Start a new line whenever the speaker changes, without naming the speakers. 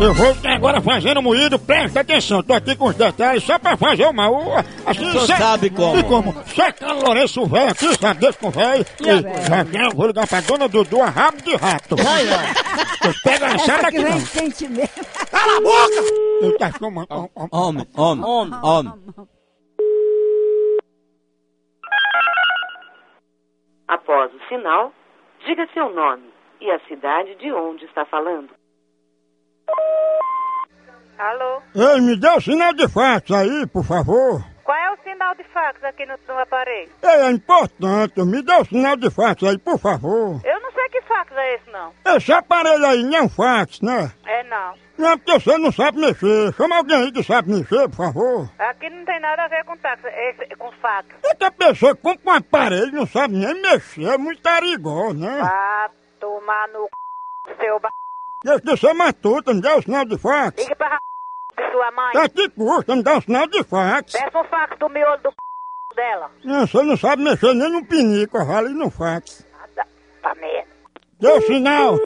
Eu vou estar agora fazendo moído, presta atenção, tô aqui com os detalhes só pra fazer uma. uma assim,
Só sabe como.
E como? Seca Lourenço velho aqui, sabe desse com velho? E Já já eu vou ligar pra dona Dudu, a rabo de rato.
Ai, ai.
Pega a
Essa
chata
que
aqui
vem
não.
de sentimento.
Eu tá chamando. ó, ó, ó.
Homem, homem, homem, homem.
Após o sinal, diga seu nome e a cidade de onde está falando.
Alô?
Ei, me dê o sinal de fax aí, por favor.
Qual é o sinal de fax aqui no, no aparelho?
Ei, é importante, me dê o sinal de fax aí, por favor.
Eu não sei que fax é esse, não.
Esse aparelho aí não é um fax, né?
É, não.
Não, porque você não sabe mexer. Chama alguém aí que sabe mexer, por favor.
Aqui não tem nada a ver com tax, esse, com fax.
Outra pessoa que compra um aparelho e não sabe nem mexer, é muito arigó, né?
Ah, tomar no c... seu b...
Deixa de ser matuta, me dá o sinal de fax.
Ligue pra de sua mãe.
Tá que custa, me dá o sinal de fax.
Peça um fax do miolo do c... dela.
Não, você não sabe mexer nem no pinico, vale no fax.
Ah, da- Tá merda.
Deu sinal.